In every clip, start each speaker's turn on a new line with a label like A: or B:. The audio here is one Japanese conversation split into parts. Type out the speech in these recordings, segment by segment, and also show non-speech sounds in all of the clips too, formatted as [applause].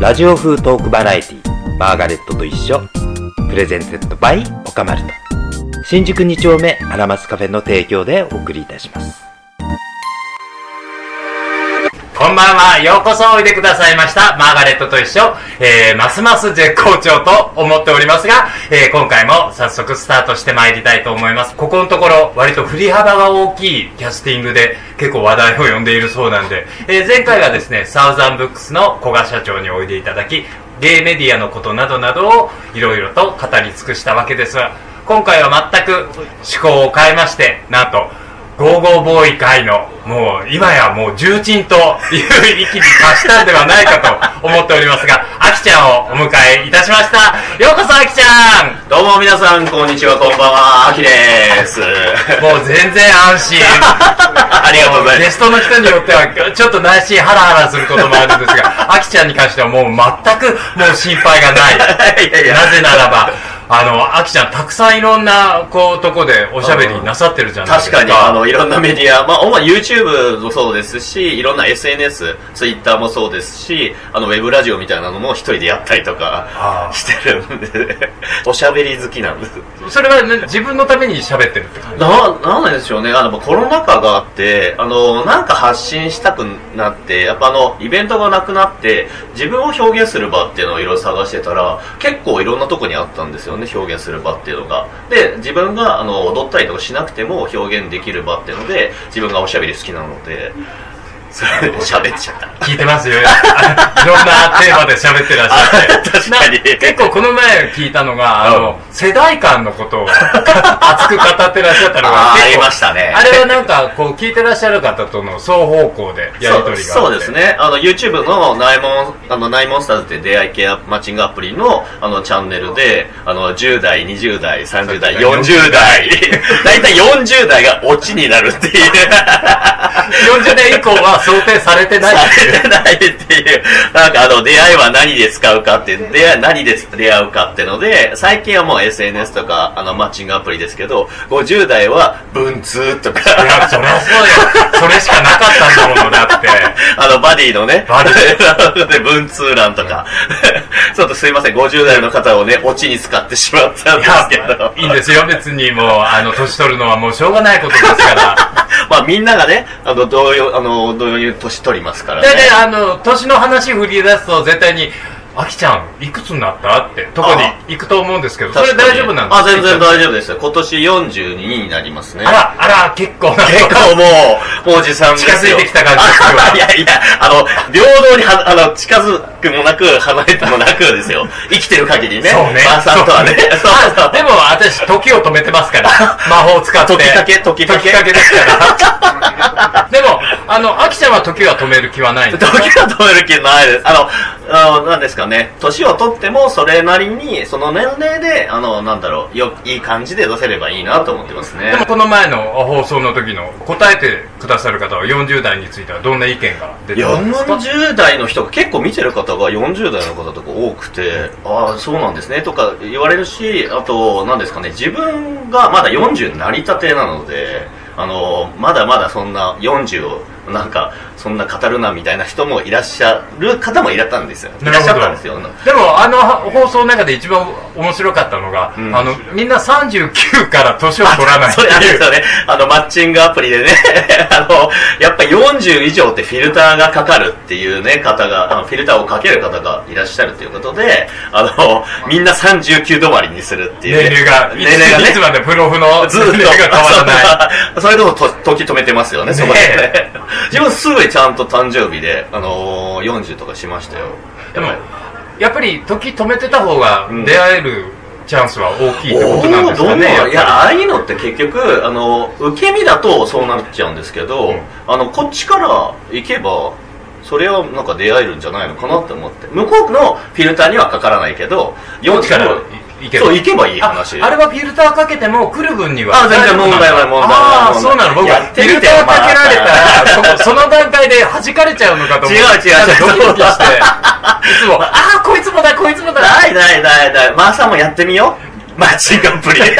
A: ラジオ風トークバラエティマーガレットと一緒プレゼンテッドバイオカマルト新宿2丁目アラマスカフェの提供でお送りいたしますこんばんはようこそおいでくださいましたマーガレットと一緒、えー、ますます絶好調と思っておりますが、えー、今回も早速スタートしてまいりたいと思いますここのところ割と振り幅が大きいキャスティングで結構話題を呼んでいるそうなんで、えー、前回はですねサウザンブックスの古賀社長においでいただきゲイメディアのことなどなどをいろいろと語り尽くしたわけですが今回は全く趣向を変えましてなんとゴーゴーボーイ会の、もう、今やもう重鎮という域に達したんではないかと思っておりますが、 [laughs] アキちゃんをお迎えいたしました。ようこそアキちゃん
B: どうも皆さん、こんにちは、こんばんは、あき [laughs] です。
A: もう全然安
B: [laughs]
A: 心。
B: ありがとうござい
A: ゲ
B: ま
A: ス
B: す。
A: トの人によっては、ちょっと内心ハラハラすることもあるんですが、 [laughs] アキちゃんに関してはもう全くもう心配がない。
B: [laughs] いやいや
A: なぜならば、あの、アキちゃんたくさんいろんな、こう、とこでおしゃべりなさってるじゃないです
B: 確
A: か。
B: かに、あの、いろんなメディア、まあ、主に YouTube もそうですし、いろんな SNS、Twitter もそうですし、あの、ウェブラジオみたいなのも一人でやったりと
A: あ
B: か
A: ー
B: してるんで、 [laughs] おしゃべり好きなんです。
A: それは、ね、自分のために喋ってるって感じ。
B: な、なんなんでしょうね。あの、コロナ禍があって、あの、なんか発信したくなって、やっぱあの、イベントがなくなって、自分を表現する場っていうのをいろいろ探してたら、結構いろんなとこにあったんですよね、表現する場っていうのが。で、自分が、あの、踊ったりとかしなくても表現できる場っていうので、自分がおしゃべり好きなので、それで喋っちゃった。
A: 聞いてますよ。 [laughs] あいろんなテーマで喋ってらっしゃ [laughs] って。
B: 確かに。
A: 結構この前聞いたのが、あの、世代間のことを [laughs] 熱く語ってらっしゃったのが
B: あ
A: 結
B: ー
A: 構
B: ありましたね
A: あれはなんか、こう、聞いてらっしゃる方との双方向でやりとりがあって。
B: そうそうです。ねあの YouTube の内門あのナイモンスターズって出会い系マッチングアプリのあのチャンネルであの10代20代30代40代大体40代がオチになるっていう
A: [laughs] 40年以降は想定されてないって [laughs] いう。
B: されてないっていうなんかあの出会いは何で使うかって出会い何で出会うかってので最近はもう SNS とかあのマッチングアプリですけど50代は文通とか
A: いや、そりゃそうよ。それしかなかったんだものだって。
B: あの、バディのね。 [laughs]
A: バデ
B: ィ。で、文通欄とか。ちょっとすいません、50代の方をね、オチに使ってしまったん
A: い
B: ですけど
A: や、。いいんですよ。別にもう、あの、年取るのはもうしょうがないことですから。
B: まあ、みんながね、あの、同様、あの、同様に年取りますからね
A: 大。体あの年の話振り出すと絶対に「あきちゃんいくつになった?」ってとこに行くと思うんですけどそれ
B: 確かに
A: 大丈夫なんですか
B: あ、全然大丈夫ですよ。今年42になりますね。
A: あらあら結構な
B: 結構もう、もうおじさんです
A: 近
B: よ
A: づいてきた感じですよ
B: [laughs] いやいや、あの、平等には、あの、近づくもなく、離れてもなくですよ。生きてる限りね。
A: そうね
B: ばあさんとはね。そうそう
A: [laughs] あでも私時を止めてます
B: [laughs]
A: から魔法を使って
B: 時かけ時かけ
A: 時かけですから [laughs] でもあのあきちゃんは時は止める気はないんで
B: 時は止める気ないです。あの、あのなんですかね、年を取ってもそれなりに、その年齢で、あの、なんだろう、よ、いい感じで出せればいいなと思ってますね
A: で。もこの前の放送の時の答えてくださる方は40代についてはどんな意見が出てるんですか
B: 40代の人が結構見てる方が40代の方とか多くて、ああ、そうなんですねとか言われるし、あと、なんですかね、自分がまだ40になりたてなので、あの、まだまだそんな40を、なんか、そんな語るなみたいな人もいらっしゃる方もいらったんですよ。い
A: な
B: ら
A: る
B: っ
A: ほ
B: し
A: ど
B: ゃったんですよ。
A: でもあの放送の中で一番面白かったのが、
B: うん
A: あのみんな39から年を取らないって
B: [laughs] それあれ
A: い
B: で
A: う
B: すよね。あの、マッチングアプリでね、 [laughs] あの、やっぱ40以上ってフィルターがかかるっていうね、方が、あのフィルターをかける方がいらっしゃるということで、あの、みんな39止まりにするっていう、
A: 年
B: ね。
A: 齢が
B: 年齢が
A: いついつ
B: ね。
A: までプロフの
B: ずっと
A: 年齢が変わらない
B: い。 [laughs] それでもと時止めてますよね、そこで
A: ね
B: ね。 [laughs] 自分すごいちゃんと誕生日で、あのー、40とかしましたよ。
A: でもやっぱり時止めてた方が
B: うん
A: 出会えるチャンスは大きいって
B: お
A: ことなんですかね
B: ーどんどんいや
A: やっぱ
B: ああいうのって結局あの受け身だとそうなっちゃうんですけど、
A: うん
B: あのこっちから行けばそれはなんか出会えるんじゃないのかなって思って向こうのフィルターにはかからないけど
A: りこっちから
B: そう
A: 行けば
B: そう行けばいい話
A: ああれはフィルターかけても来る分には
B: あ全然問題ない問題ない
A: ああそうなの僕は
B: やっ
A: フ
B: てみ
A: ィ
B: て
A: ルターかけられたらそこそ [laughs] の段階で弾かれちゃうのかと思って
B: 違う違う違う
A: なんかドキドキ
B: [laughs]
A: していつもああこいつもだこいつもだ
B: ないないないないマーサーもやってみようマッチングアプリ。
A: ど、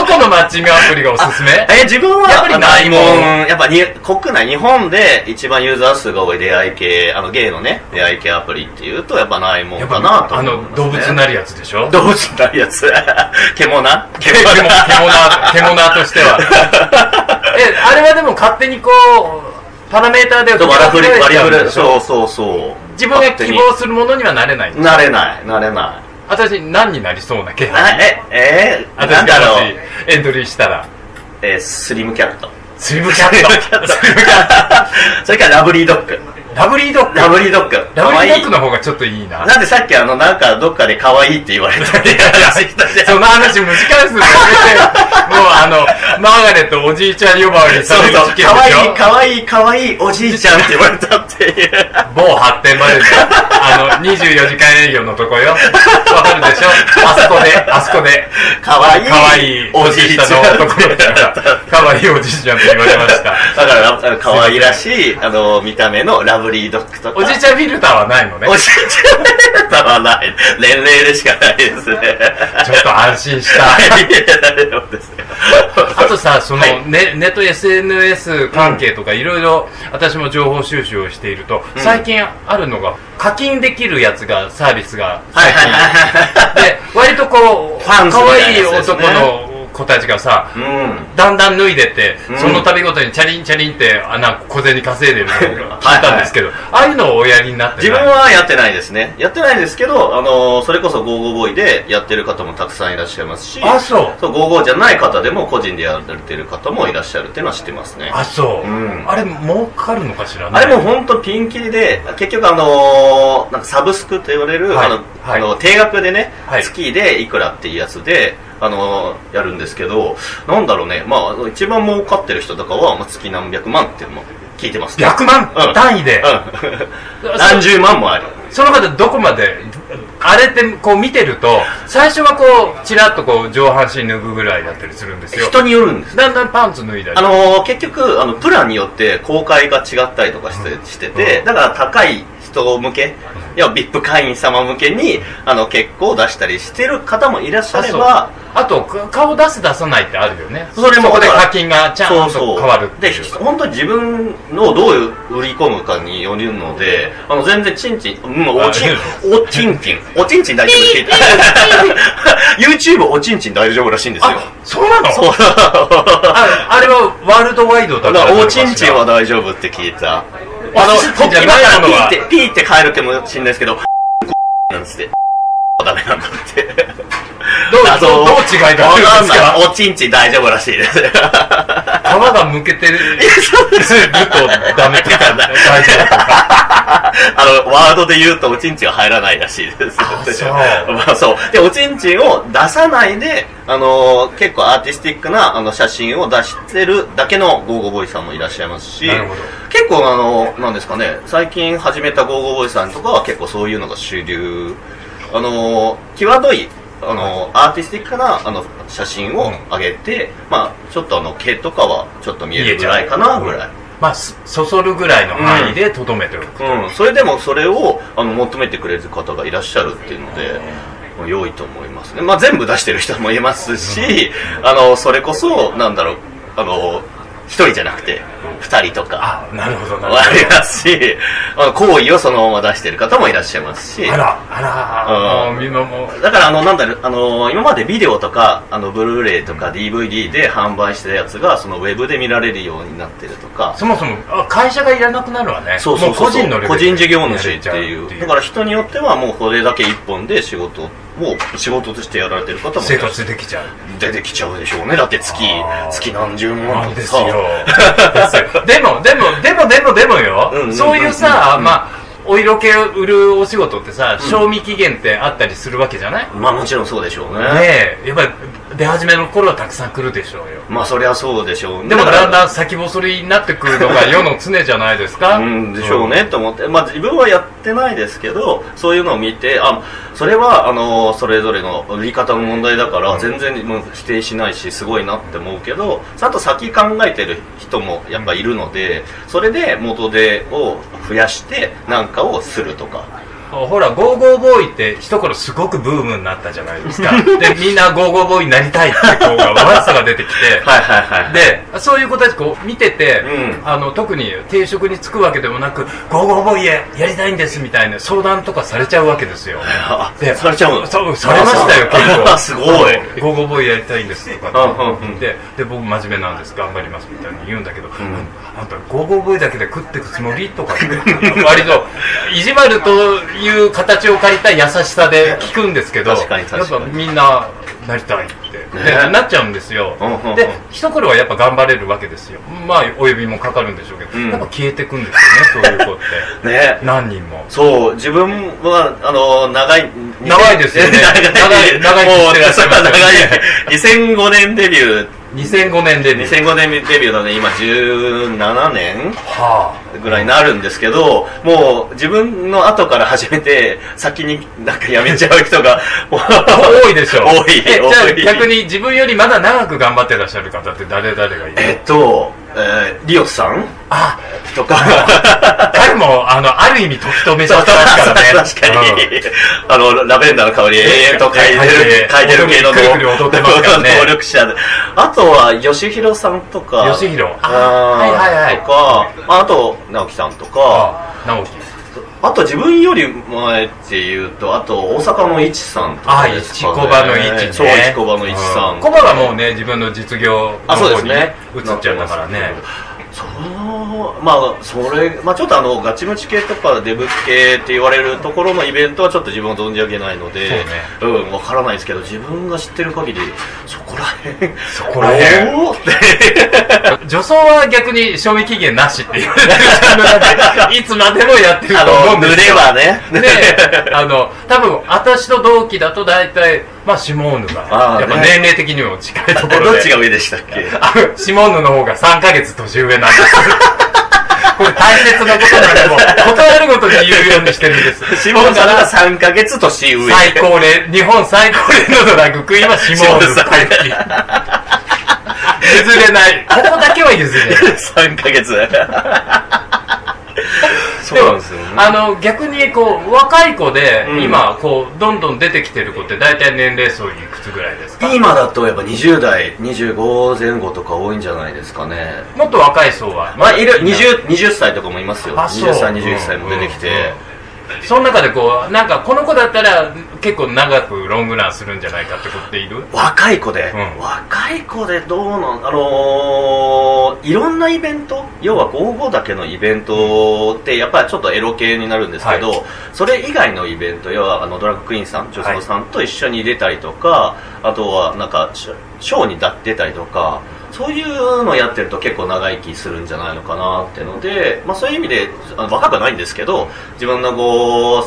A: どこのマッチングアプリがおすすめ
B: [laughs] え、自分は
A: やっぱりないもん
B: ん。やっぱに、国内、日本で一番ユーザー数が多い出会い系、あの、ゲイのね、出会い系アプリっていうと、やっぱないもん
A: やっ
B: か
A: ぱ
B: なと
A: あ
B: 思い
A: の、
B: ますね
A: 動物になるやつでしょ [laughs]
B: 動物になるやつ。獣 [laughs] な
A: ケモナ、ケモナーとして
B: [laughs]
A: は。え、あれはでも勝手にこう、パラメーターで
B: 割り振り、割り振り。
A: そう
B: そうそうそう。
A: 自分が希望するものにはなれない。
B: なれない、なれない。
A: 私、何になりそうな気
B: あ
A: 配
B: え、えー、
A: 私
B: なん
A: が
B: だ
A: も
B: ろ
A: し
B: う。
A: エントリーしたら。
B: えー、スリムキャット。
A: スリムキャット。スリムキャッ
B: それからラブ [laughs] リードッグ。
A: ト。 [laughs] ラブリードッグ。
B: ラブリードッグ。
A: ラブリードッグ
B: 可
A: の
B: 愛
A: 方がちょっといいな。
B: いなんでさっきあの、なんかどっかで可愛いって言われたり
A: その話無時間
B: [laughs]
A: 数でやめて、もうあの、マーガレットおじいちゃん呼ばわり
B: そ
A: さ
B: う
A: れる
B: そう
A: 事件、でしょ
B: かわいい、かわいい、かわいいおじいちゃんって言われたっていう。
A: 某発展までの、あの、24時間営業のとこよ。わかるでしょあそこで、あそこで。
B: かわいい、
A: かわいいおじいちゃんのところから、かわいいおじいちゃんって言われま
B: [laughs]
A: した。
B: だからラ、可愛らし [laughs] い、あの、見た目のラブリードッグとか。
A: おじいちゃんフィルターはないのね
B: お。じいちゃんの方はない。年齢でしかないですね。
A: ちょっと安心した。
B: はい、大丈夫ですよ
A: あとさ、その、
B: はい
A: ねネット SNS 関係とかいろいろ私も情報収集をしていると、
B: うん
A: 最近あるのが課金できるやつが、サービスが
B: は
A: 最
B: いはい
A: 近あって、
B: は
A: で、割とこう、
B: ファンズみ
A: 可
B: たい
A: 愛
B: ないやつですね
A: 男の子たちがさ、
B: い。うん。
A: だんだん脱いでって、
B: うん
A: その度ごとにチャリンチャリンって、あなんか小銭稼いでるのを聞いたんですけど、ああいうのをおやりになってない
B: 自分はやってないですね。やってないですけど、あのそれこそ555でやってる方もたくさんいらっしゃいますし、
A: あ、そう。
B: そう、55じゃない方でも個人でやられてる方もいらっしゃるっていうのは知ってますね。
A: あ、そう。
B: うん
A: あれ、儲かるのかしらね。
B: あれも本当ピンキリで、結局あのなんかサブスクと言われる、
A: はい
B: あの、
A: はい
B: あの定額でね、
A: はい
B: 月でいくらっていうやつで、あのやるんですけど、なんだろうね、まああの、一番儲かってる人とかは、まあ、月何百万っていうのも聞いてます
A: [laughs]
B: ね。
A: 100万
B: うん
A: 単位で。
B: うん。何十万もある。
A: その方どこまであれってこう見てると最初はこうちらっとこう上半身脱ぐぐらいだったりするんですよ
B: 人によるんです
A: だんだんパンツ脱いだり
B: あのー結局あのプランによって公開が違ったりとかしてしてて、
A: うん
B: だから高い人向け、いや VIP 会員様向けにあの結構出したりしてる方もいらっしゃれば
A: あとか顔出す出さないってあるよね
B: それも
A: こで課金がちゃんと
B: そうそう
A: 変わるって
B: で
A: いう
B: 本当に自分をどういう売り込むかによるのであの全然チンチン、うん、おちん
A: あ
B: おちんちんおちんちん
A: [laughs]
B: 大丈夫です [laughs] YouTube おちんちん大丈夫らしいんですよ
A: あそうなの
B: そう
A: ああれはワールドワイドだ
B: だ
A: か
B: かららおちんちんは
A: ど
B: 大丈夫って聞いた
A: う
B: あ
A: か
B: の、
A: しらあの
B: 今
A: じゃ
B: か
A: ないもの
B: ら
A: は
B: ピーって、ピーって変えるかもしれないですけど、なんつって。ダメなん
A: [laughs]
B: だって。
A: どう
B: 謎
A: どうどう違いがあるんです
B: [laughs] わか
A: か
B: んないおちんちん大丈夫らしいです。
A: 皮がむけてる [laughs] とダメとか大丈夫とか
B: [laughs] あの、ワードで言うとおちんちんは入らないらしいです。
A: あそう
B: [laughs] まあそう。で、おちんちんを出さないで、あのー結構アーティスティックなあの写真を出してるだけのゴーゴーボーイさんもいらっしゃいますし、
A: なるほど
B: 結構あの、なんですかね、最近始めたゴーゴーボーイさんとかは結構そういうのが主流。あのー際どい、あのーアーティスティックなあの写真を上げて、まあちょっとあの、毛とかはちょっと見えるぐらいかな、ぐらい。
A: まあそそそるぐらいの範囲でとどめておく
B: うん、それでもそれをあの求めてくれる方がいらっしゃるっていうので、まあ良いと思いますね、まあ、全部出してる人もいますし、あのそれこそなんだろうあの一人じゃなくて二人とか
A: あなるほどなるほど
B: ありますしあの行為をそのまま出してる方もいらっしゃいますし
A: あらあら
B: うん
A: もうみんなもう
B: だからあのなんだろうあの今までビデオとかあのブルーレイとか DVD で販売してたやつがそのウェブで見られるようになってるとか
A: そもそもあ会社がいらなくなるわね
B: そうそうそう
A: も個人のレベル
B: 個人事業
A: や
B: 主っ
A: れ
B: て
A: ちゃ
B: いうだから人によってはもうこれだけ一本で仕事を仕事としてやられてる方も
A: 生活できちゃう
B: 出てきちゃうでしょうねだって月
A: あー
B: 月何十
A: な
B: 万
A: ん
B: とか
A: です
B: さ
A: よですよでもでもでもでもでもよ、
B: うんうんうん
A: そういうさ、
B: うん
A: まあお色気を売るお仕事ってさ、賞味期限ってあったりするわけじゃない、
B: まあもちろんそうでしょうね
A: ねえやっぱり出始めの頃はたくさん来るでしょうよ
B: まあそりゃそうでしょうね
A: でもだんだ
B: ん
A: ん先細りになってくるのが世の常じゃないですか
B: うんでしょうねと思って、まあ、自分はやってないですけどそういうのを見てあそれはあのそれぞれの売り方の問題だから全然もう否定しないしすごいなって思うけどちゃんと先考えてる人もやっぱいるのでそれで元手を増やしてなんかをするとか
A: ほら、ゴーゴーボーイって一頃すごくブームになったじゃない
B: [laughs]
A: ですか。で、みんなゴーゴーボーイになりたいって子が、わさが出てきて、
B: はいはいはい。、
A: で、そういう子たちこう見てて、
B: うん
A: あの、特に定職に就くわけでもなく、ゴーゴーボーイへやりたいんですみたいな相談とかされちゃうわけです
B: [laughs]
A: よ。
B: あ、
A: で
B: されちゃうの
A: そう、されましたよ、結
B: あ
A: 構。
B: [laughs] すごい。
A: ゴーゴーボーイやりたいんですと
B: うん
A: か
B: う
A: っ
B: んうん
A: てでで、僕真面目なんです、頑張りますみたいに言うんだけど、
B: ん
A: あんたゴーゴーボーイだけで食ってくつもりとかって、 [laughs] 割と、意地悪という形を借りた優しさで聞くんですけど、
B: 確かに確かに
A: やっぱみんななりたいって、で
B: ね
A: なっちゃうんですよ。
B: うんうんうん
A: で、一頃はやっぱ頑張れるわけですよ。まあ、お呼びもかかるんでしょうけど、
B: うん
A: やっぱ消えてくんですよね、そういう子って。
B: ね
A: 何人も。
B: そう、自分は、あの、長い、
A: 長いですよね
B: [laughs] 長
A: 長
B: い、
A: い長い
B: も
A: って言っ
B: う、
A: てらっしゃいますよね
B: 長い。2005年デビュー、
A: 2005年で2000
B: 2005年デビューなので、今17年
A: はあ
B: ぐらいになるんですけど、もう自分の後から始めて、先になんかやめちゃう人が、
A: [laughs] 多いでしょ
B: [laughs] 多い、
A: えじゃ
B: 多
A: あ
B: い
A: 逆に自分よりまだ長く頑張ってらっしゃる方って誰々がい
B: え
A: る
B: っと、えーリオさん
A: あ
B: とか、
A: 彼もあのある意味時止めちゃってますからね
B: [laughs] 確かに、あの、ラベンダーの香り、永遠と嗅いで
A: 嗅
B: る、嗅
A: い
B: い
A: で
B: で
A: る
B: る系の
A: くるくる踊ってますからね
B: 能力者で。あとは、吉弘さんとか、
A: 吉弘あ
B: はい
A: はいはいはい
B: とか、まああと、直樹さんとか、
A: あ直樹
B: あと自分より前っていうと、あと大阪の一さんと
A: あ
B: か
A: い
B: です
A: ち
B: か、ね。
A: こばのいちね
B: そう、一こばの一さん。
A: うこばはもうね自分の実業の
B: あ、そうで
A: 方
B: す
A: に
B: ね
A: ね。移っちゃったからね。
B: そう、まあ、それ、まあちょっとあの、ガチムチ系とかデブ系って言われるところのイベントはちょっと自分は存じ上げないので、う
A: そ
B: ん、わからないですけど、自分が知ってる限り、そこら [laughs] へん。
A: そこらへん
B: おーって
A: 女装は逆に賞味期限なしっていう自分の中
B: [laughs]
A: でいつまでもやってる
B: あ
A: と思う
B: の、
A: んで
B: 濡
A: す
B: れ
A: よ
B: はね。
A: で、あの、多分、私と同期だと大体、まあ、シモーヌ
B: あ
A: が、
B: あ
A: やっぱ
B: ね
A: 年齢的にも近いところ
B: ど
A: で。
B: っちが上でしたっけ
A: あ [laughs] シモンヌの方が3ヶ月年上なん
B: [laughs]
A: です。これ大切なことなんで、もう断るごとに言うようにしてるんです。
B: シモンさんが3ヶ月年上。
A: 最高齢、日本最高齢のドラッグクイーンはシモンヌ
B: シモンヌ
A: 回帰。譲れない。ここだけは譲れない。
B: 3ヶ月。 [laughs] そうなんですよね。
A: あの逆にこう若い子で、
B: うん
A: 今こうどんどん出てきてる子って大体年齢層いくつぐらいですか
B: 今だとやっぱ20代、25前後とか多いんじゃないですかね。
A: もっと若い層は
B: まあ、いる、20、20歳とかもいますよ。
A: あそう
B: 20歳、21歳も出てきて。
A: うんうんうんその中でこうなんかこの子だったら結構長くロングランするんじゃないかって子っている
B: 若い子で、
A: うん
B: 若い子でどうなんあのーいろんなイベント要は55だけのイベントってやっぱりちょっとエロ系になるんですけど、
A: は
B: それ以外のイベント要はあのドラッグクイーンさん女装さんと一緒に出たりとか、あとはなんかショショーに出たりとかそういうのやってると結構長生きするんじゃないのかなってので、まあ、そういう意味であの若くはないんですけど自分の5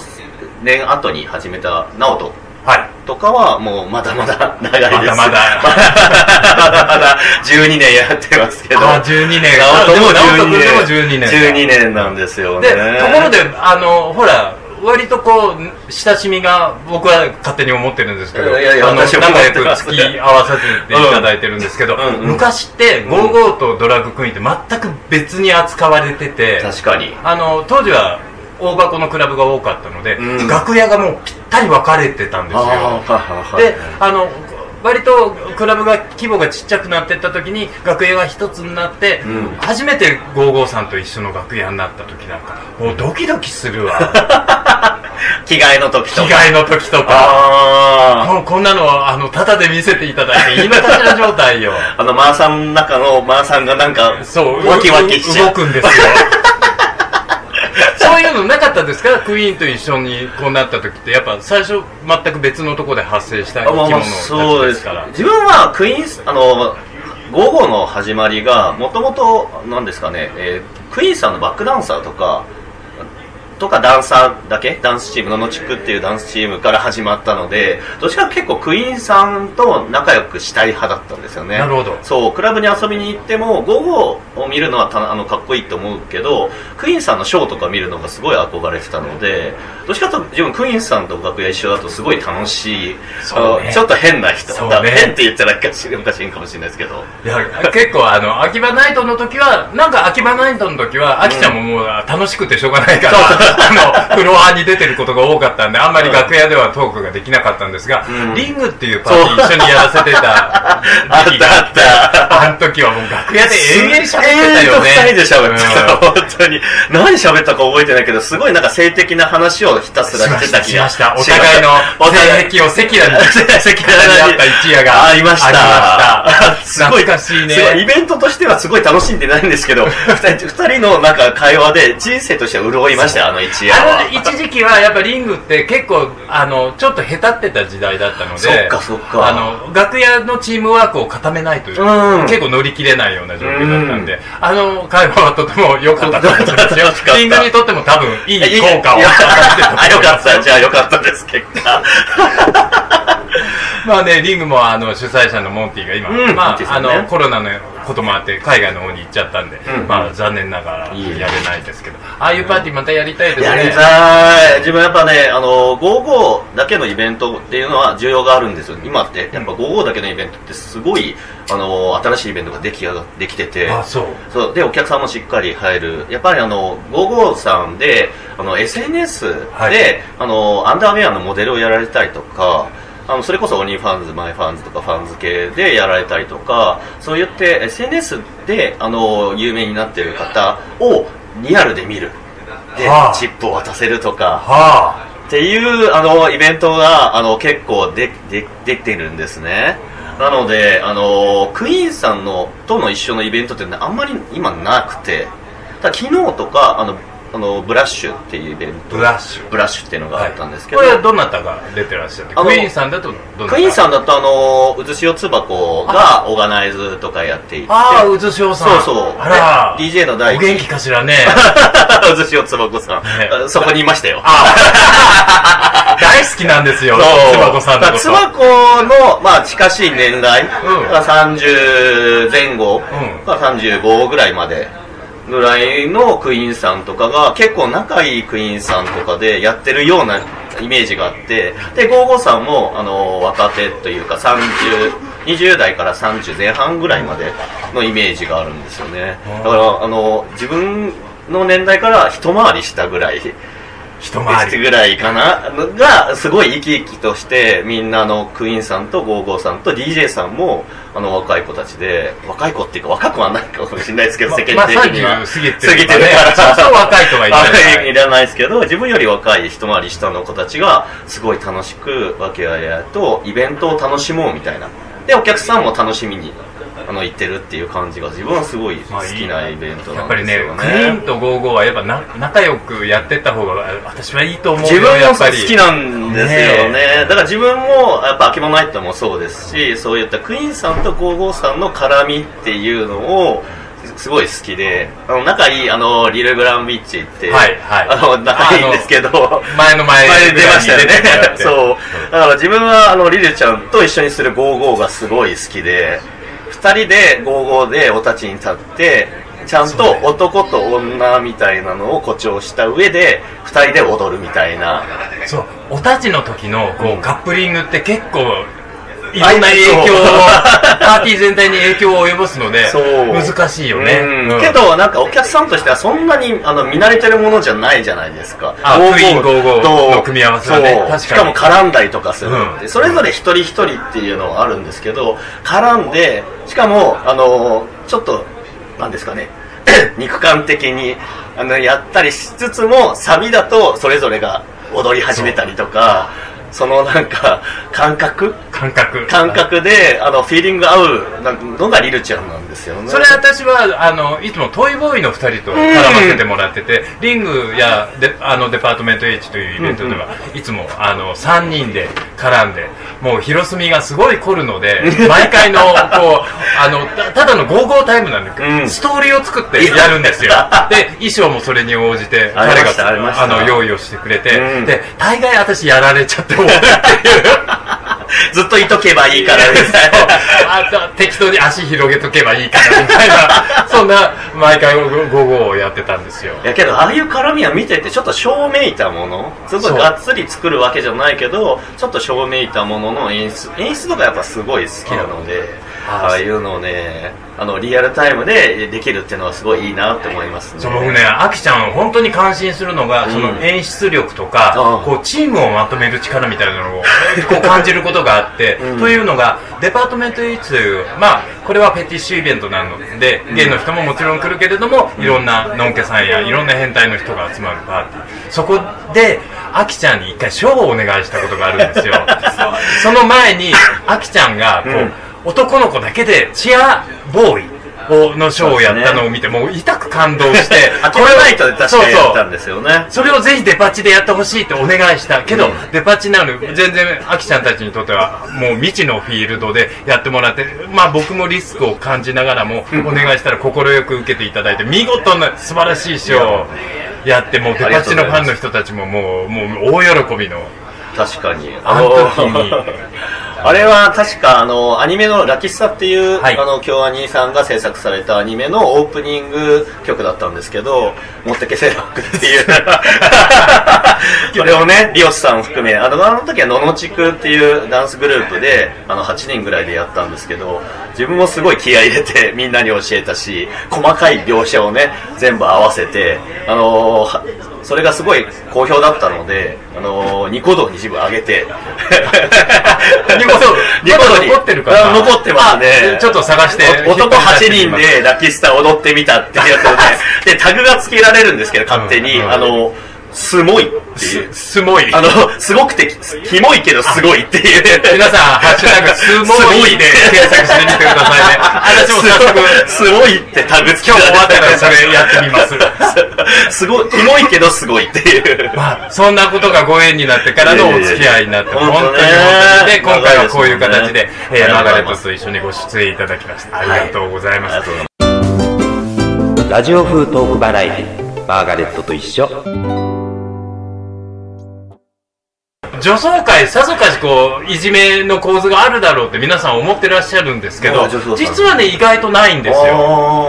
B: 年後に始めた直人
A: はい
B: とかはもうまだまだ長いで
A: ま
B: す。
A: だまだ
B: まだまだまだ12年やってますけど。
A: あ12年
B: 直人も
A: 直人君でも12年
B: 12年。12年なんですよね。
A: でところであのほら割とこう親しみが僕は勝手に思ってるんですけど
B: いやいやいや
A: あの
B: 私も思
A: 仲
B: っ
A: 良
B: てます
A: く付き合わさせていただいてるんですけど、
B: うんうん
A: 昔って「ゴーゴーと「ドラッグクイーン」って全く別に扱われてて
B: 確かに。
A: あの当時は大箱のクラブが多かったので、
B: うん
A: 楽屋がもうぴったり分かれてたんですよ
B: あ
A: であの割とクラブが規模がちっちゃくなってった時に楽屋が一つになって、
B: うん
A: 初めて55さんと一緒の楽屋になった時なんかもうドキドキするわ
B: [laughs] 着替えの時
A: 着
B: とか。
A: 替えの時とか
B: あ
A: もうこんなのはあのタダで見せていただいていいのかしら状態よ
B: あ。あの、マーさんの中のマーさんがなんか、
A: そう
B: ワキワキしちゃ
A: 動
B: う。
A: くん
B: [laughs]
A: ですよそういうのなかったですかクイーンと一緒にこうなった時ってやっぱ最初全く別のとこで発生した
B: あ
A: 生き
B: まあ
A: 物
B: まあ
A: た
B: そう
A: ちで
B: ですす
A: か
B: からら自分はクイーンスあの55の始まりがもともとなんですかね、えークイーンさんのバックダンサーとかとかダンサーだけダンスチームののちくっていうダンスチームから始まったのでどっちかっていうと結構クイーンさんと仲良くしたい派だったんですよね
A: なるほど
B: そうクラブに遊びに行っても午後を見るのはたあのかっこいいと思うけどクイーンさんのショーとか見るのがすごい憧れてたのでどっちかというと自分クイーンさんと楽屋一緒だとすごい楽しい
A: そうね
B: あのちょっと変な人、
A: そうね
B: だから変って言ったらおかしいおかしいかもしれないですけど
A: いや結構あの秋葉ナイトの時はなんか秋葉ナイトの時は秋ちゃんももう楽しくてしょうがないから、あの、フロアに出てることが多かったんで、あんまり楽屋ではトークができなかったんですが、
B: うん
A: リングっていうパーティー一緒にやらせてた
B: あっ
A: 時期があって
B: たあった。
A: あの時はもう楽屋で永遠喋ってたよね。
B: 永遠と二人で喋って
A: うん
B: た、本当に。何喋ったか覚えてないけど、すごいなんか性的な話をひたす
A: し
B: ら
A: ま
B: して
A: したた、
B: 気
A: し
B: が
A: ました。お互いの
B: お互
A: 性
B: い
A: 癖を赤裸々に
B: 性的な
A: あ
B: 話
A: った一夜が
B: ありました。
A: ありました
B: [laughs] すごい、
A: 懐かしいね
B: すごイベントとしてはすごい楽しんでないんですけど、二人二人のなんか会話で人生としては潤いましたよ、あの一夜は。
A: あの一時期はやっぱリングって結構あのちょっと下手ってた時代だったので
B: そっかそっか
A: あの楽屋のチームワークを固めないという、
B: うん
A: 結構乗り切れないような状況だったんで、あの会話はとても良かったと思うんです
B: 良かった [laughs]
A: よリングにとっても多分いい
B: いい
A: 効果を
B: いや
A: 与えてると思います
B: あ、よかった。じゃあよかったです、結果。
A: まあね、リングもあの主催者のモンティが今、
B: うん
A: ま
B: モンティ
A: あ、
B: さ
A: あ
B: んね
A: のコロナのこともあって海外の方に行っちゃったんで、
B: うん
A: まあ残念ながらや
B: いえいえ
A: れないですけど、ああいうパーティーまたやりたいです
B: や
A: ね。
B: りたい自分やっぱねあの55だけのイベントっていうのは需要があるんですよ今ってやっぱ55だけのイベントってすごいあの新しいイベントができあができてて
A: あ、そう。
B: そうでお客さんもしっかり入るやっぱりあの55さんであの SNS で、
A: はい
B: あのアンダーウェアのモデルをやられたりとかあのそれこそオニーファンズマイファンズとかファンズ系でやられたりとかそう言って SNS であの有名になってる方をリアルで見るで
A: はあ
B: チップを渡せるとか
A: はあ。
B: っていうあのイベントがあの結構ででできてるんですねなのであのクイーンさんのとの一緒のイベントってねあんまり今なくてただ昨日とかあのあのブラッシュっていうイベント
A: ブラッシュ
B: ブラッシュっていうのがあったんですけど、
A: はいこれはどなたが出てらっしゃって
B: あの
A: クイーンさんだとどなた
B: クイーンさんだとあのうずしおつばこがオーガナイズとかやってい [laughs] て
A: ああうずしおさん
B: そうそう
A: あら
B: で DJ の第
A: お
B: 一
A: 元気かしら
B: [laughs]
A: ね
B: うずしおつばこさん、
A: ね
B: あそこにいましたよ
A: 大好きなんですよつばこさんのこ
B: だから
A: と
B: つばこの、まあ、近しい年代
A: うん
B: が30前後
A: うん
B: が35ぐらいまでぐらいのクイーンさんとかが結構仲いいクイーンさんとかでやってるようなイメージがあってで55さんもあの若手というか30 20代から30前半ぐらいまでのイメージがあるんですよねだからあの自分の年代から一回りしたぐらい
A: 一
B: で
A: 回
B: す
A: り
B: ぐらいかながすごい生き生きとしてみんなあのクイーンさんとゴーゴーさんと DJ さんもあの若い子たちで若い子っていうか若くはないかもしれないですけど世間的には、
A: まあ30過ぎてる
B: 過ぎてるから
A: そうそう若い子がいない
B: [laughs] あいらないですけど自分より若い一回り下の子たちがすごい楽しく和気あいあいとイベントを楽しもうみたいなでお客さんも楽しみにあの行ってるっていう感じが自分はすごい好きなイベント
A: や
B: な
A: っ
B: ん
A: ぱ
B: で
A: り
B: す
A: ね
B: よね
A: クイーンとゴーゴーはやっぱな仲良くやってった方が私はいいと思うよ
B: 自分
A: や
B: も
A: っぱ
B: 好
A: り
B: きなんですよね
A: ね
B: だから自分もやっぱ「あけもない」ってもそうですしそういったクイーンさんと55さんの絡みっていうのをすごい好きであの仲いいあのリル・グランビッチって、
A: はいはい
B: あの仲いいんですけど
A: 前の前
B: 前出ましたよ
A: ぐらいに出てもら
B: ね
A: って
B: [laughs] そうだから自分はあのリルちゃんと一緒にする55がすごい好きで2人で55でお立ちに立ってちゃんと男と女みたいなのを誇張した上で2人で踊るみたいな
A: そうおたちの時のこう、
B: うん
A: カップリングって結構いろんな影響を
B: そう
A: パーティー全体に影響を及ぼすので
B: そう
A: 難しいよね、
B: うん
A: うん
B: けどなんかお客さんとしてはそんなにあの見慣れてるものじゃないじゃないですか
A: あ
B: 55
A: クイーン55
B: と
A: の組み合わせはね
B: そ
A: 確
B: う
A: かに
B: しかも絡んだりとかするって、
A: うん
B: それぞれ一人一人っていうのはあるんですけど絡んでしかもあのちょっとなんですかね [clears throat] 肉感的にあのやったりしつつもサビだとそれぞれが踊り始めたりとかそのなんか感覚
A: 感覚
B: 感覚であのフィーリング合うなんかのがリルちゃんなんですよね
A: それ私はあのいつもトイボーイの2人と絡ませてもらってて、リングやであのデパートメント H というイベントでは、いつもあの3人で絡んでもう広澄がすごい凝るの
B: [laughs]
A: で毎回のこうあのたただのゴーゴータイムなんだけど、
B: うん
A: ストーリーを作ってやるんですよで衣装もそれに応じて
B: あり
A: 彼
B: ましたありまし
A: が
B: た
A: あの用意をしてくれて、
B: うん
A: で大概私やられちゃって終わるっていう
B: ずっといとけばいいからみたいな。
A: あと適当に足広げとけばいいからみたいな、そんな、毎回午後をやってたんですよ。
B: いやけど、ああいう絡みは見てて、ちょっと正めいたもの、すごい
A: そう
B: がっつり作るわけじゃないけど、ちょっと正めいたものの演出、演出とかやっぱすごい好きなので、
A: あ
B: ああいうのをね、あの、リアルタイムでできるっていうのはすごいいいなって思いますね。
A: そう僕ね、アキちゃんを本当に感心するのが、
B: うん
A: その演出力とか
B: ああ、
A: こうチームをまとめる力みたいなのをこう感じることがあって、
B: うん
A: というのが、デパートメントイーツという、まあ、これはフェティッシュイベントなので、ゲイの人ももちろん来るけれども、いろんなのんけさんやいろんな変態の人が集まるパーティー。そこで、アキちゃんに一回賞をお願いしたことがあるん
B: [laughs]
A: ですよ。その前に、アキちゃんがこう、
B: うん、
A: 男の子だけでチアボーイ。をのショーをやったのを見て、もう痛く感動して
B: あ、これないと確かにやったん
A: す
B: ですよね。
A: それをぜひデパ地でやってほしいってお願いしたけど、
B: うん
A: デパ地なので全然アキちゃんたちにとってはもう未知のフィールドでやってもらってまあ僕もリスクを感じながらもお願いしたら快く受けていただいて見事な素晴らしい賞をやってもうデパ地のファンの人たちももうもう大喜びの
B: 確かに。
A: あの時
B: [laughs]
A: に
B: あれは確かあの、アニメのラキスタっていう、
A: はい
B: あの、京アニさんが制作されたアニメのオープニング曲だったんですけど、持ってけセーラー服って [laughs] いう。それを [laughs] ね、リオスさんを含め、あの、あの時はののちくっていうダンスグループで、あの、8人ぐらいでやったんですけど、自分もすごい気合い入れてみんなに教えたし、細かい描写をね、全部合わせて、あの、はそれがすごい好評だったので、あの、ニコ動に自分上げ [laughs] て、
A: ニコ動
B: ニコ動に
A: まだ残ってるかな
B: あ残ってますね
A: あ。ちょっと探して
B: お男
A: 引っ張
B: 8
A: り出してき
B: 人
A: ます
B: でラッキースター踊ってみたっていう
A: [laughs]
B: やつをね、で、タグが付けられるんですけど、勝手に、
A: うんうん
B: あの、すごいっていう。
A: すすごい
B: あの、すごくて、すキモいけどすごいっていう。
A: 皆さん、ハッシュタグ、すごいで検索してみてくださいね。
B: [laughs]
A: 私も早速、
B: すごいってタグ付け
A: 今日終わ
B: ら
A: っ
B: れ
A: た
B: る
A: らそれやってみ [laughs] ます。
B: すごい、キモいけどすごいっていう。
A: まあ、そんなことがご縁になってからのお付き合いになって、
B: いやい
A: 本
B: やいや
A: 当に本当に。で、今回はこういう形で、
B: 長いですもんね
A: えーマガレットと一緒にご出演いただきました。ありがとうございます。
C: ラジオ風トークバラエティマーガレットと一緒
A: 女装界さぞかしこういじめの構図があるだろうって皆さん思ってらっしゃるんですけ
B: あ
A: ど
B: あ女装さん
A: 実はね意外とないんです
B: あ
A: よ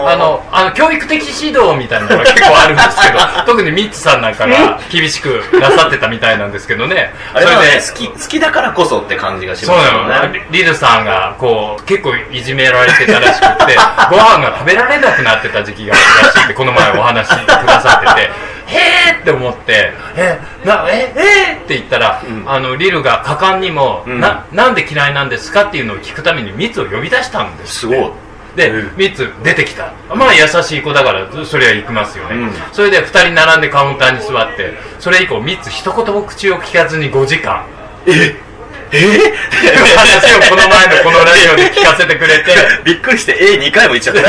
B: あ
A: あのあの教育的指導みたいなのが結構あるんですけど [laughs] 特にミッツさんなんかが厳しくなさってたみたいなんですけどね
B: あれはね、
A: そ
B: 好き、好きだからこそって感じがし
A: そう
B: ます
A: な
B: よ
A: の、
B: ね。
A: リリルさんがこう結構いじめられてたらしくて
B: [laughs]
A: ご飯が食べられなくなってた時期があるらしいってこの前お話しくださって
B: [laughs]
A: てへーって思ってえなええーって言ったら、
B: ん
A: あのリルが果敢にも、
B: うん
A: ななんで嫌いなんですかっていうのを聞くためにミツを呼び出したんです
B: すご
A: [laughs]
B: い。
A: で、
B: うん
A: 3つ出てきたまあ優しい子だからそれは行きますよね、
B: うん
A: それで2人並んでカウンターに座ってそれ以降3つ一言も口を聞かずに5時間ええ話をこの前のこのラジオで聞かせてく
B: [laughs]
A: れて
B: びっくりして A2 回も言っちゃった。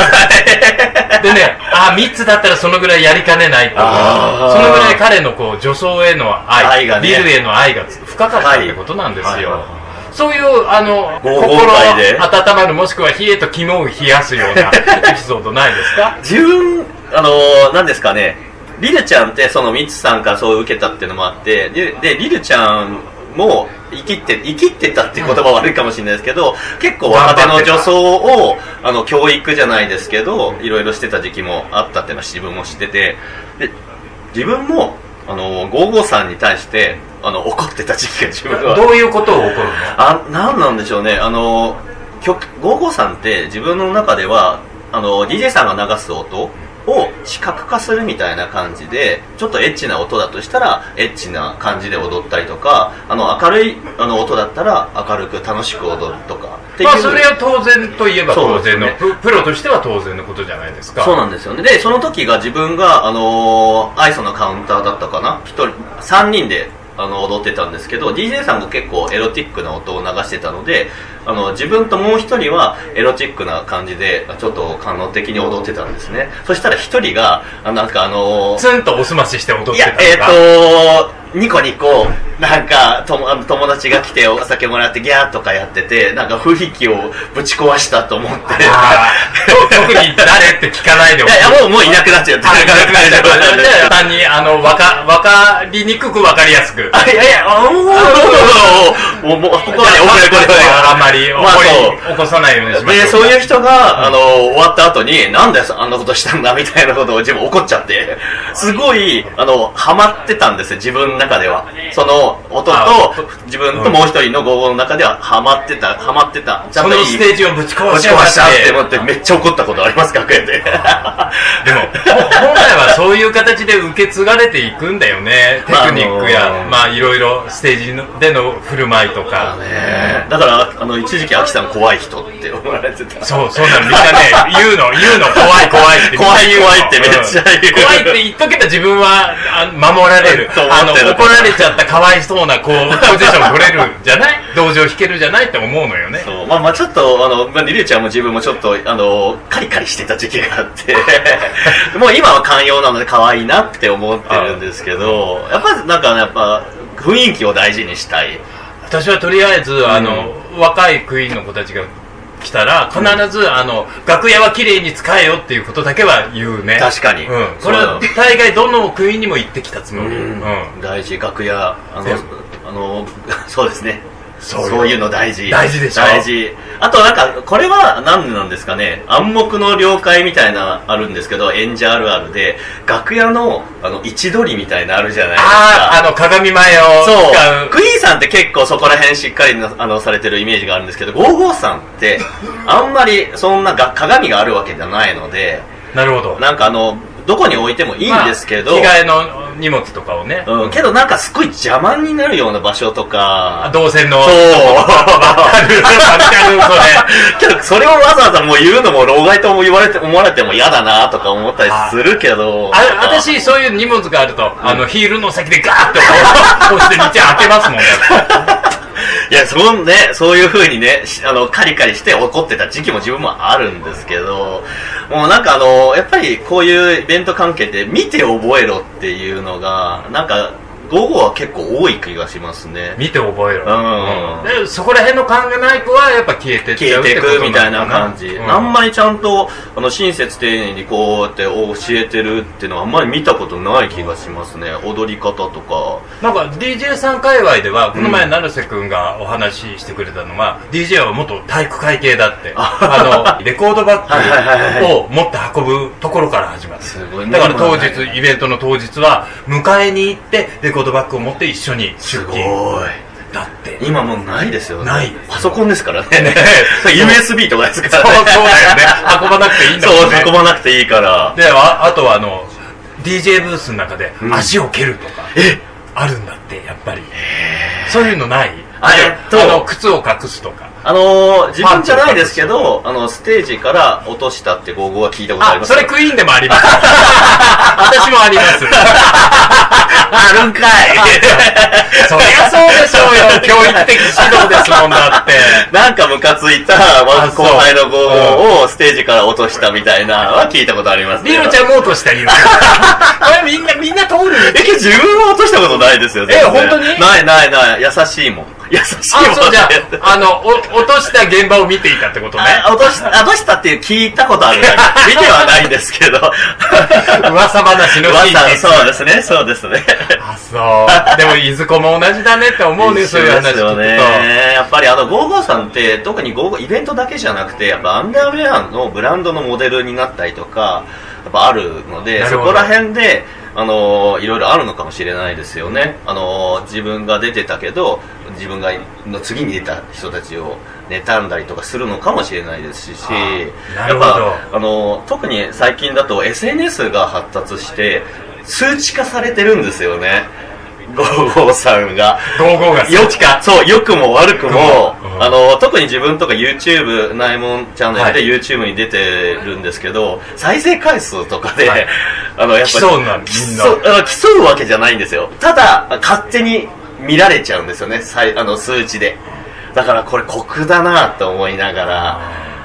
A: でねあ3つだったらそのぐらいやりかねないっていう
B: あー
A: そのぐらい彼のこう女装への愛
B: 愛がね
A: ビルへの愛が深かったってことなんですよ、
B: はいはい
A: そういうあの
B: ご
A: 心
B: 豪快で
A: 温まるもしくは冷えと肝を冷やすようなエピソードないですか
B: 自分、あのー、なんですかね、リルちゃんってそのミツさんからそう受けたっていうのもあって、で、でリルちゃんも生きて、生きてたっていう言葉は悪いかもしれないですけど、結構若手の女装を、あの、教育じゃないですけど、いろいろしてた時期もあったっていうのは自分も知ってて、で、自分も、あのー、55さんに対して、あの、怒ってた時期が自分は
A: どういうことを起こるの
B: あ、なんなんでしょうね。あの、曲、55さんって自分の中では、あの、DJ さんが流す音を視覚化するみたいな感じで、ちょっとエッチな音だとしたら、エッチな感じで踊ったりとか、あの、明るい、あの、音だったら、明るく楽しく踊るとか。っていう
A: まあそれは当然といえば当然の、
B: そうです
A: ププロとしては当然のことじゃないですか
B: そうなんですよね。で、その時が自分が、あのーアイソのカウンターだったかな一人、三人で、あの、踊ってたんですけど、DJ さんが結構エロティックな音を流してたので、あの、自分ともう一人はエロティックな感じで、ちょっと感動的に踊ってたんですね。そしたら一人が、あなんかあのー
A: ツンとおすましして踊って
B: い
A: た
B: や
A: のか、
B: えっ、とニコニコ、なんか、ともあの友達が来てお酒もらってギャーとかやってて、なんか雰囲気をぶち壊したと思って。
A: あーと特に誰って聞かないで
B: いやいや、もう、もういなくなっちゃった。
A: あいなくなっちゃった
B: いなくなっちゃった
A: 単にあのわかわかりにくくわかりやすく
B: あ、いやいや、おーおーおーおーもう、もう、ここ
A: じゃあ、
B: は
A: 遅
B: ね、
A: れこ
B: 怒る
A: れ
B: こと
A: はあんまり
B: まあそう
A: 怒り起こさないようにしましょ
B: で、
A: う。
B: そういう
A: 人
B: 人が、あの、終わった後に、なんであんなことしたんだみたいなことを自分怒っちゃって、すごい、あの、ハマってたんですよ、自分の中では。その、音
A: あ
B: と、自分ともう一人の午後の中では、ハマってた、ハマってた。ちゃ
A: そ
B: んと
A: の
B: いい
A: ステージをぶち壊
B: ぶ
A: し
B: ち
A: ちゃ
B: 壊
A: ま
B: し
A: したた
B: って思って、めっちゃ怒ったことあります、楽屋で。
A: でも、ほ本来はそういう形で受け継がれていくんだよね。テ
B: まあ
A: クニック
B: あ
A: や
B: の、ー
A: まあ、いろいろステージのでの振る舞いとか。
B: ねだから、あの、一時期、アキさん怖い人って思われてた。
A: そう、そうなの。みんなね、 [laughs] 言うの、言うの、怖い、怖いって。
B: 怖い
A: みんな
B: 怖いってめっちゃ言う
A: 怖いって言っとけた自分は、あ守られる。
B: [laughs] そう思
A: あの、
B: ってる
A: 怒られちゃったかわいそうな、こう、ポジション取れるんじゃ
B: [laughs]
A: ない同情引けるじゃないって思うのよね。
B: そうまあまあちょっとあの、まあ、リリュウちゃんも自分もちょっとあのカリカリしてた時期があって
A: [laughs]
B: もう今は寛容なので可愛いなって思ってるんですけどやっぱなんかねやっぱ雰囲気を大事にしたい
A: 私はとりあえず、あの、若いクイーンの子たちが来たら、必ず、あの、楽屋は綺麗に使えよっていうことだけは言うね。
B: 確か
A: う
B: に
A: ん。こ
B: そう
A: れ
B: だ
A: は大概どのクイーンにも言ってきたつもり。うん。
B: 大事楽屋
A: そ
B: あ
A: う
B: のあの [laughs] そうですね
A: そうよ
B: いうの大事
A: 大事でしょ
B: 大事あとなんかこれは何なんですかね暗黙の了解みたいなあるんですけど演者あるあるで楽屋のあの位置取りみたいなあるじゃないですか
A: ああ、あの、鏡前を
B: そう
A: 使う。
B: クイーンさんって結構そこら辺しっかりなあのされてるイメージがあるんですけど55さん
A: [laughs]
B: ってあんまりそんなが鏡があるわけじゃないので
A: なるほど。
B: なんかあのどこに置いてもいいんですけど、
A: まあ着替えの荷物とかをね、
B: うん、けどなんかすごい邪魔になるような場所とか
A: 動線の
B: そう
A: わ
B: [laughs]
A: かるわかるそ
B: けどそれをわざわざもう言うのも老害とも言われて思われても嫌だなとか思ったりするけど
A: れあ私そういう荷物があると、あのヒールの先でガーッて押して道開け
B: [laughs]
A: ますもんね
B: いや、そのね、そういう風にね、しあの、カリカリして怒ってた時期も自分もあるんですけど、もうなんかあの、やっぱりこういうイベント関係って見て覚えろっていうのが、なんか、午後は結構多い気がしますね。
A: 見て覚えろ、
B: うん
A: でそこら辺の考えない子はやっぱ消えてっちゃう
B: 消え
A: ってて
B: い
A: こ
B: く
A: と
B: みたいな感じ。あんまりちゃんと、あの、親切丁寧にこうやって教えてるっていうのはあんまり見たことない気がしますね。踊り方とか。
A: なんか DJ さん界隈ではこの前成瀬君がお話ししてくれたのは、DJ は元体育会系だってあのレコードバ
B: はいはいは
A: ッ
B: いは
A: グを持って運ぶところから始まる
B: すごいね
A: だから当日イベントの当日は迎えに行ってレコードバッグを持って一緒に出
B: すごい。
A: 勤だって
B: [laughs] 今もうないですよね。
A: ない
B: パソコンですからね。
A: ね
B: [laughs] USB とかですから
A: そう
B: ね。
A: そうだよね [laughs] 運ばなくていいんだもんね
B: [laughs] そう、運ばなくていいから。
A: でああとはあの DJ ブースの中で
B: うん
A: 足を蹴るとか、
B: え
A: あるんだってやっぱりそういうのない
B: あえっと
A: あの靴を隠すとか
B: あのー、自分じゃないですけど、あの、ステージから落としたってゴーゴーは聞いたことあり
A: あ
B: ます
A: それ
B: [laughs]
A: クイーンでもあ [laughs] ります私もあります
B: あるんかい
A: そりゃそうでしょうよ教育的指導ですもんだって
B: [laughs] なんかムカついた、ま
A: あ
B: あ、
A: そ
B: 後
A: う
B: 輩のゴーゴーをステージから落としたみたいなのは聞いたことあります
A: リロちゃんも落とした [laughs] 理由これみんなみんな通る
B: え、けど自分は落としたことないですよ、全然
A: 本当に
B: ないないない、優しいもん。優しいもん
A: あ、そうじ
B: [laughs]
A: ゃ
B: って
A: あ、あの、お落とした現場を見ていたってことね。
B: あ落とし、落としたっていう聞いたことあるだ [laughs] け。見てはないんですけ [laughs] ど。
A: 噂話の
B: わ
A: シーン
B: ざ
A: です。
B: そうですね、そうですね。
A: あ、そう。でも、いずこも同じだねって思うね、そういう話聞
B: よ
A: く
B: ね。やっぱりあの、55さんって、特に55、イベントだけじゃなくて、やっぱアンダーウェアのブランドのモデルになったりとか、やっぱあるので、
A: なる
B: そ
A: ほど
B: こら辺で、あのーいろいろあるのかもしれないですよね。あのー自分が出てたけど、自分が、の次に出た人たちを妬んだりとかするのかもしれないですし、
A: あな
B: や
A: る
B: っ
A: ほど
B: ぱ、あの特に最近だと SNS が発達して数値化されてるんですよね55さんが
A: と。ゴーゴーが好き
B: よくかそう良くも悪くも、
A: うん
B: あの特に自分とか YouTube 内門チャンネルで
A: は
B: YouTube に出てるんですけど、再生回数とかで、
A: はい
B: [laughs] あのやっぱ
A: 競うなみんな
B: 競あの競うわけじゃないんですよただ勝手に見られちゃうんですよねさいあの数値でだからこれ酷だなと思いながら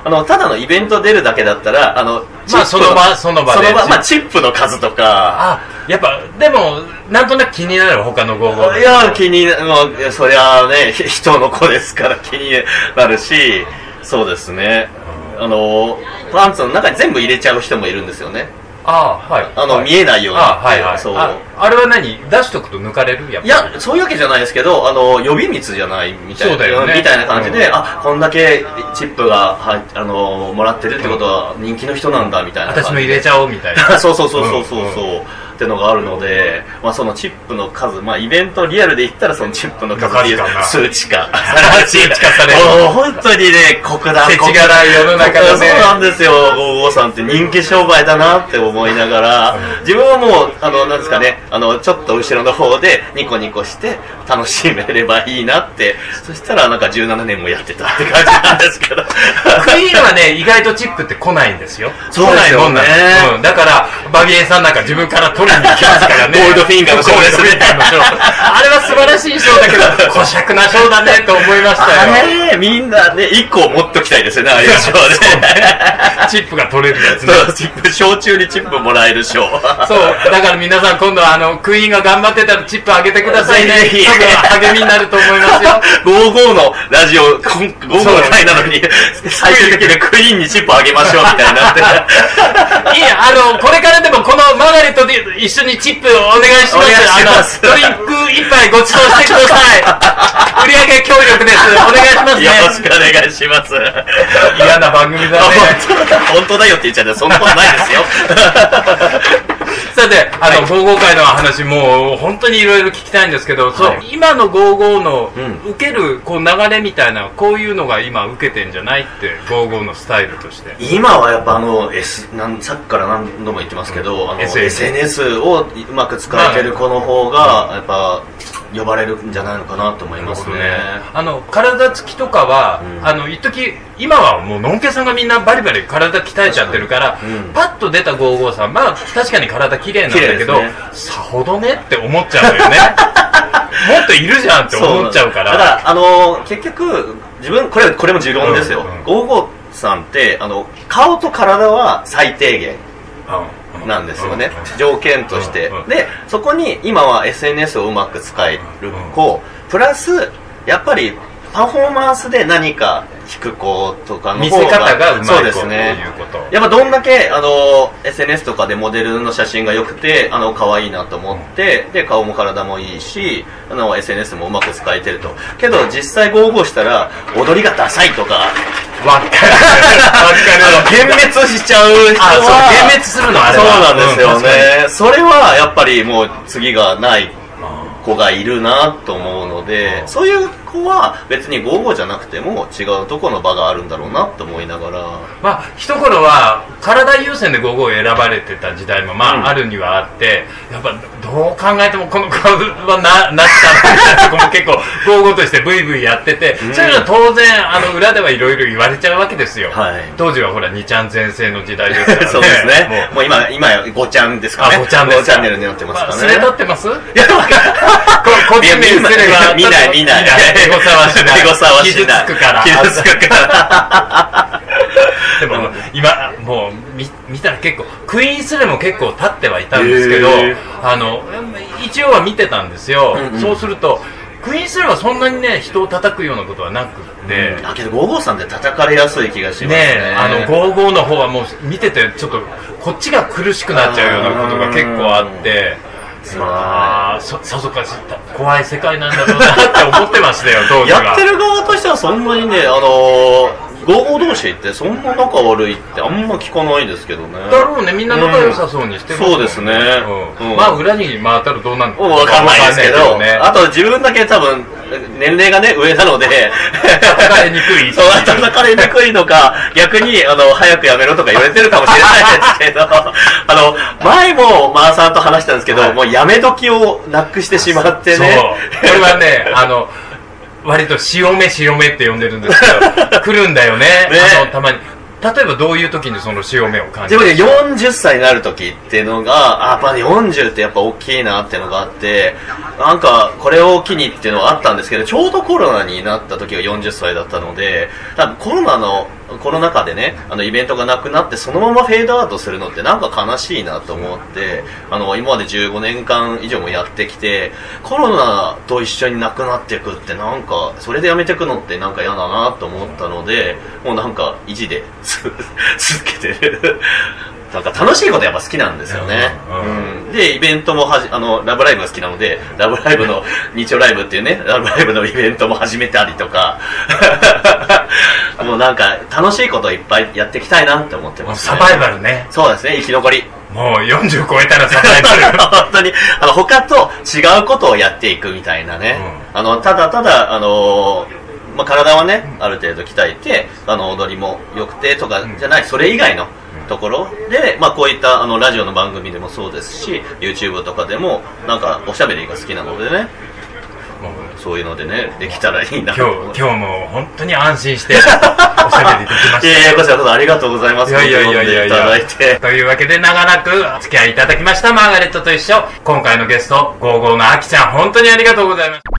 B: あのただのイベント出るだけだったらあのチップ
A: その場その場で
B: その場、まあ、チップの数とか
A: あ、やっぱ、でも、なんとなく気になる、他のゴーゴーの
B: いや、気になもういやそりゃあね、ひ人の子ですから気になるし、そうですね。あの、パンツの中に全部入れちゃう人もいるんですよね。
A: ああはい
B: あの、
A: はい
B: 見えないようにって
A: ああはいはい
B: そう
A: ああれは何出しとくと抜かれるやっぱり
B: いや、そういうわけじゃないですけど、あの、予備率じゃないみたいな、
A: そうだよね
B: みたいな感じで、
A: うん
B: あ、こんだけチップが、はい、あの、もらってるってことは人気の人なんだ、みたいな感
A: 私
B: じで。
A: も入れちゃおうみたいな
B: [laughs] そうそうそうそうそうそう、
A: う
B: ってのがあるので、まあ、そのチップの数、まあ、イベントリアルで言ったらそのチップの数
A: 数かな
B: 数値化
A: 数値化される
B: もう [laughs] 本当にね国だ
A: 世知辛い世の中
B: だ
A: だ
B: そう
A: ね
B: なんですよ55さんって人気商売だなって思いながら自分はもうあのなんですかねあのちょっと後ろの方でニコニコして楽しめればいいなってそしたらなんか17年もやってたって感じなんです
A: [laughs]
B: けど
A: クイーンはね、意外とチップって来ないんですよ。
B: そうですよ
A: 来ない
B: ね
A: もんなんですうん。だから、バビエさんなんか自分から取りに行きますからね。
B: ゴールドフィンガーの賞ですね
A: ゴールドフィンガーの賞あれは素晴らしい賞だけど、小尺な賞だねと思いました
B: あ
A: よ。
B: れみんなね1個持っときたいですよねああいう賞で
A: チップが取れるやつね。
B: そう、チップ、小中にチップもらえる賞。
A: そう、だから皆さん今度はあの、クイーンが頑張ってたらチップあげてくださいね。
B: ぜひ
A: 多分励みになると思いますよ。
B: 55のラジオ、こん55の回なのに、最終的にクイーンにチップあげましょうみたいになって。
A: いや、あの、これからでもこのマガレットで一緒にチップお願いします。
B: お願いします
A: あの、ドリンク一杯ご馳走してください。売り上げ協力です。お願いしますね。
B: よろしくお願いします。
A: 嫌な番組だ
B: あ
A: ね。
B: 本当本当だよって言っちゃうんだそんなことないですよ。
A: [laughs] さて、あの、55回の話、もう本当にいろいろ聞きたいんですけど、そう
B: はい
A: 今の55の
B: う
A: 受けるこう流れみたいな、こういうのが今受けてんじゃないって、55のスタイルとして。
B: 今はやっぱあの、S、なんさっきから何度も言ってますけど、あの
A: SNS
B: SNS をうまく使えてる子の方が、やっぱ、呼ばれるんじゃないのかなと思いますね。
A: あの体つきとかは、
B: うん
A: あの一時今はもうのんけさんがみんなバリバリ体鍛えちゃってるから、
B: かにうん
A: パッと出た55さんまあ確かに体綺麗なんだけど、
B: 綺麗です
A: さほどねって思っちゃうよね
B: [laughs]
A: もっといるじゃんって思っちゃうから
B: そなんですだからあのー結局自分これこれも持論ですよ、
A: うんうん
B: ゴーゴーさんってあの顔と体は最低限
A: うん
B: なんですよね、
A: うん
B: 条件として、
A: うんうん
B: でそこに今は SNS をうまく使える子、プラスやっぱりパフォーマンスで何か弾く子とかの
A: 見
B: 方
A: せ方がうまい子
B: そう
A: とい
B: で
A: う
B: すね
A: こと
B: やっぱどんだけあの SNS とかでモデルの写真が良くてあの可愛いなと思ってで顔も体もいいしあの SNS もうまく使えてるとけど実際ゴーゴーしたら踊りがダサいとか [laughs]
A: わかるわか
B: あの
A: る
B: 幻滅しちゃう人は
A: あそう幻滅するのあれ
B: そう
A: は
B: なんですよ
A: うん確かに
B: ね、それはやっぱりもう次がない子がいるなと思うのでそういう子は別にゴーゴーじゃなくても違うとこの場があるんだろうなと思いながら
A: まあ、一頃は体優先で55を選ばれてた時代も、まあ
B: うん
A: あるにはあってやっぱどう考えてもこの [laughs] 顔はななったなみたいなとこも結構55としてブイブイやってて、
B: ん
A: それは当然あの裏ではいろいろ言われちゃうわけですよ、
B: はい
A: 当時はほら2ちゃん全盛の時代ですからね
B: [laughs] そうですね。
A: もう
B: もう今、今、5ちゃんですかね。
A: あごちゃんですか
B: ごチャンネルになってます
A: ま
B: か
A: あ、
B: らね。
A: すれ立ってます
B: いや、わか
A: ここっち目すれば
B: 見ない、見ない。
A: エゴサはしない
B: エゴサはしない。
A: 傷つくから
B: 傷つくから。
A: [laughs] でも今もう見見たら結構クイーンスレも結構立ってはいたんですけど、
B: へー
A: あの一応は見てたんですよ、
B: うんうん
A: そうするとクイーンスレはそんなにね人を叩くようなことはなくって、
B: あ、けど、55さんって叩かれやすい気がします
A: ね
B: ね。
A: えあの55の方はもう見ててちょっとこっちが苦しくなっちゃうようなことが結構あって。
B: うん
A: まあ、そさぞかし怖い世界なんだろうなって思ってましたよ、当時は。
B: やってる側としてはそんなにね、あのー、55同士ってそんな仲悪いってあんま聞かないですけどね。
A: だろうね、みんな仲良さそうにしてる、
B: うんそうですね
A: うん
B: うん
A: まあ、裏に回ったらどうなる
B: もうわかんないですけ
A: わか
B: ど、
A: んないけどね
B: あと自分だけ多分、年齢がね、上なので、
A: [laughs] 叩かれにくい
B: そう、叩かれにくいのか、逆に、あの、早くやめろとか言われてるかもしれないですけど、
A: [laughs]
B: あの、前も、マーさんと話したんですけど、
A: はい
B: もうやめ時をなくしてしまってね。
A: そう。これはね、あの、割と潮目潮目って呼んでるんです
B: [laughs]
A: けど、来るんだよね。
B: ね
A: あの、たまに。例えばどういう時にその潮目を感じ
B: 自
A: る
B: 分で40歳になる時っていうのが、あ、やっぱ40ってやっぱ大きいなっていうのがあって、なんかこれを機にっていうのはあったんですけど、ちょうどコロナになった時が40歳だったので、多分コロナの、コロナ禍でね、あのイベントがなくなってそのままフェードアウトするのってなんか悲しいなと思って、あの、今まで15年間以上もやってきて、コロナと一緒になくなっていくってなんか、それでやめていくのってなんか嫌だ [laughs] なと思ったので、もうなんか維持で続けてる。 [laughs] なんか楽しいことやっぱ好きなんですよね。
A: うん
B: うんで、イベントもはじ、あの、ラブライブが好きなので、ラブライブの、日曜ライブっていうね、 [laughs] ラブライブのイベントも始めたりとか、 [laughs] もうなんか、楽しいこといっぱいやっていきたいなって思って
A: もう
B: ます、
A: サバイバルね。
B: そうですね、生き残り。
A: もう40超えたらサバイバ [laughs] ル。
B: 本当に、あの、他と違うことをやっていくみたいなね。あの、ただただ、あのーまあ、体はね、ある程度鍛えて、あの、踊りも良くてとかじゃない、それ以外のところで、まあ、こういった、あの、ラジオの番組でもそうですし、YouTube とかでも、なんか、おしゃべりが好きなのでね、
A: もう
B: そういうのでね、できたらいいなと
A: 今
B: 思いま
A: 日、
B: す。
A: 今日も本当に安心して、おしゃべりできま
B: いやい
A: し
B: や、こちらこそありがとうございま
A: た。
B: す。
A: いやいやいやいや
B: 呼んでいただいて。
A: というわけで長らくお付き合いいただきましたマーガレットと一緒今回のゲスト55のあきちゃん本当にありがとうございました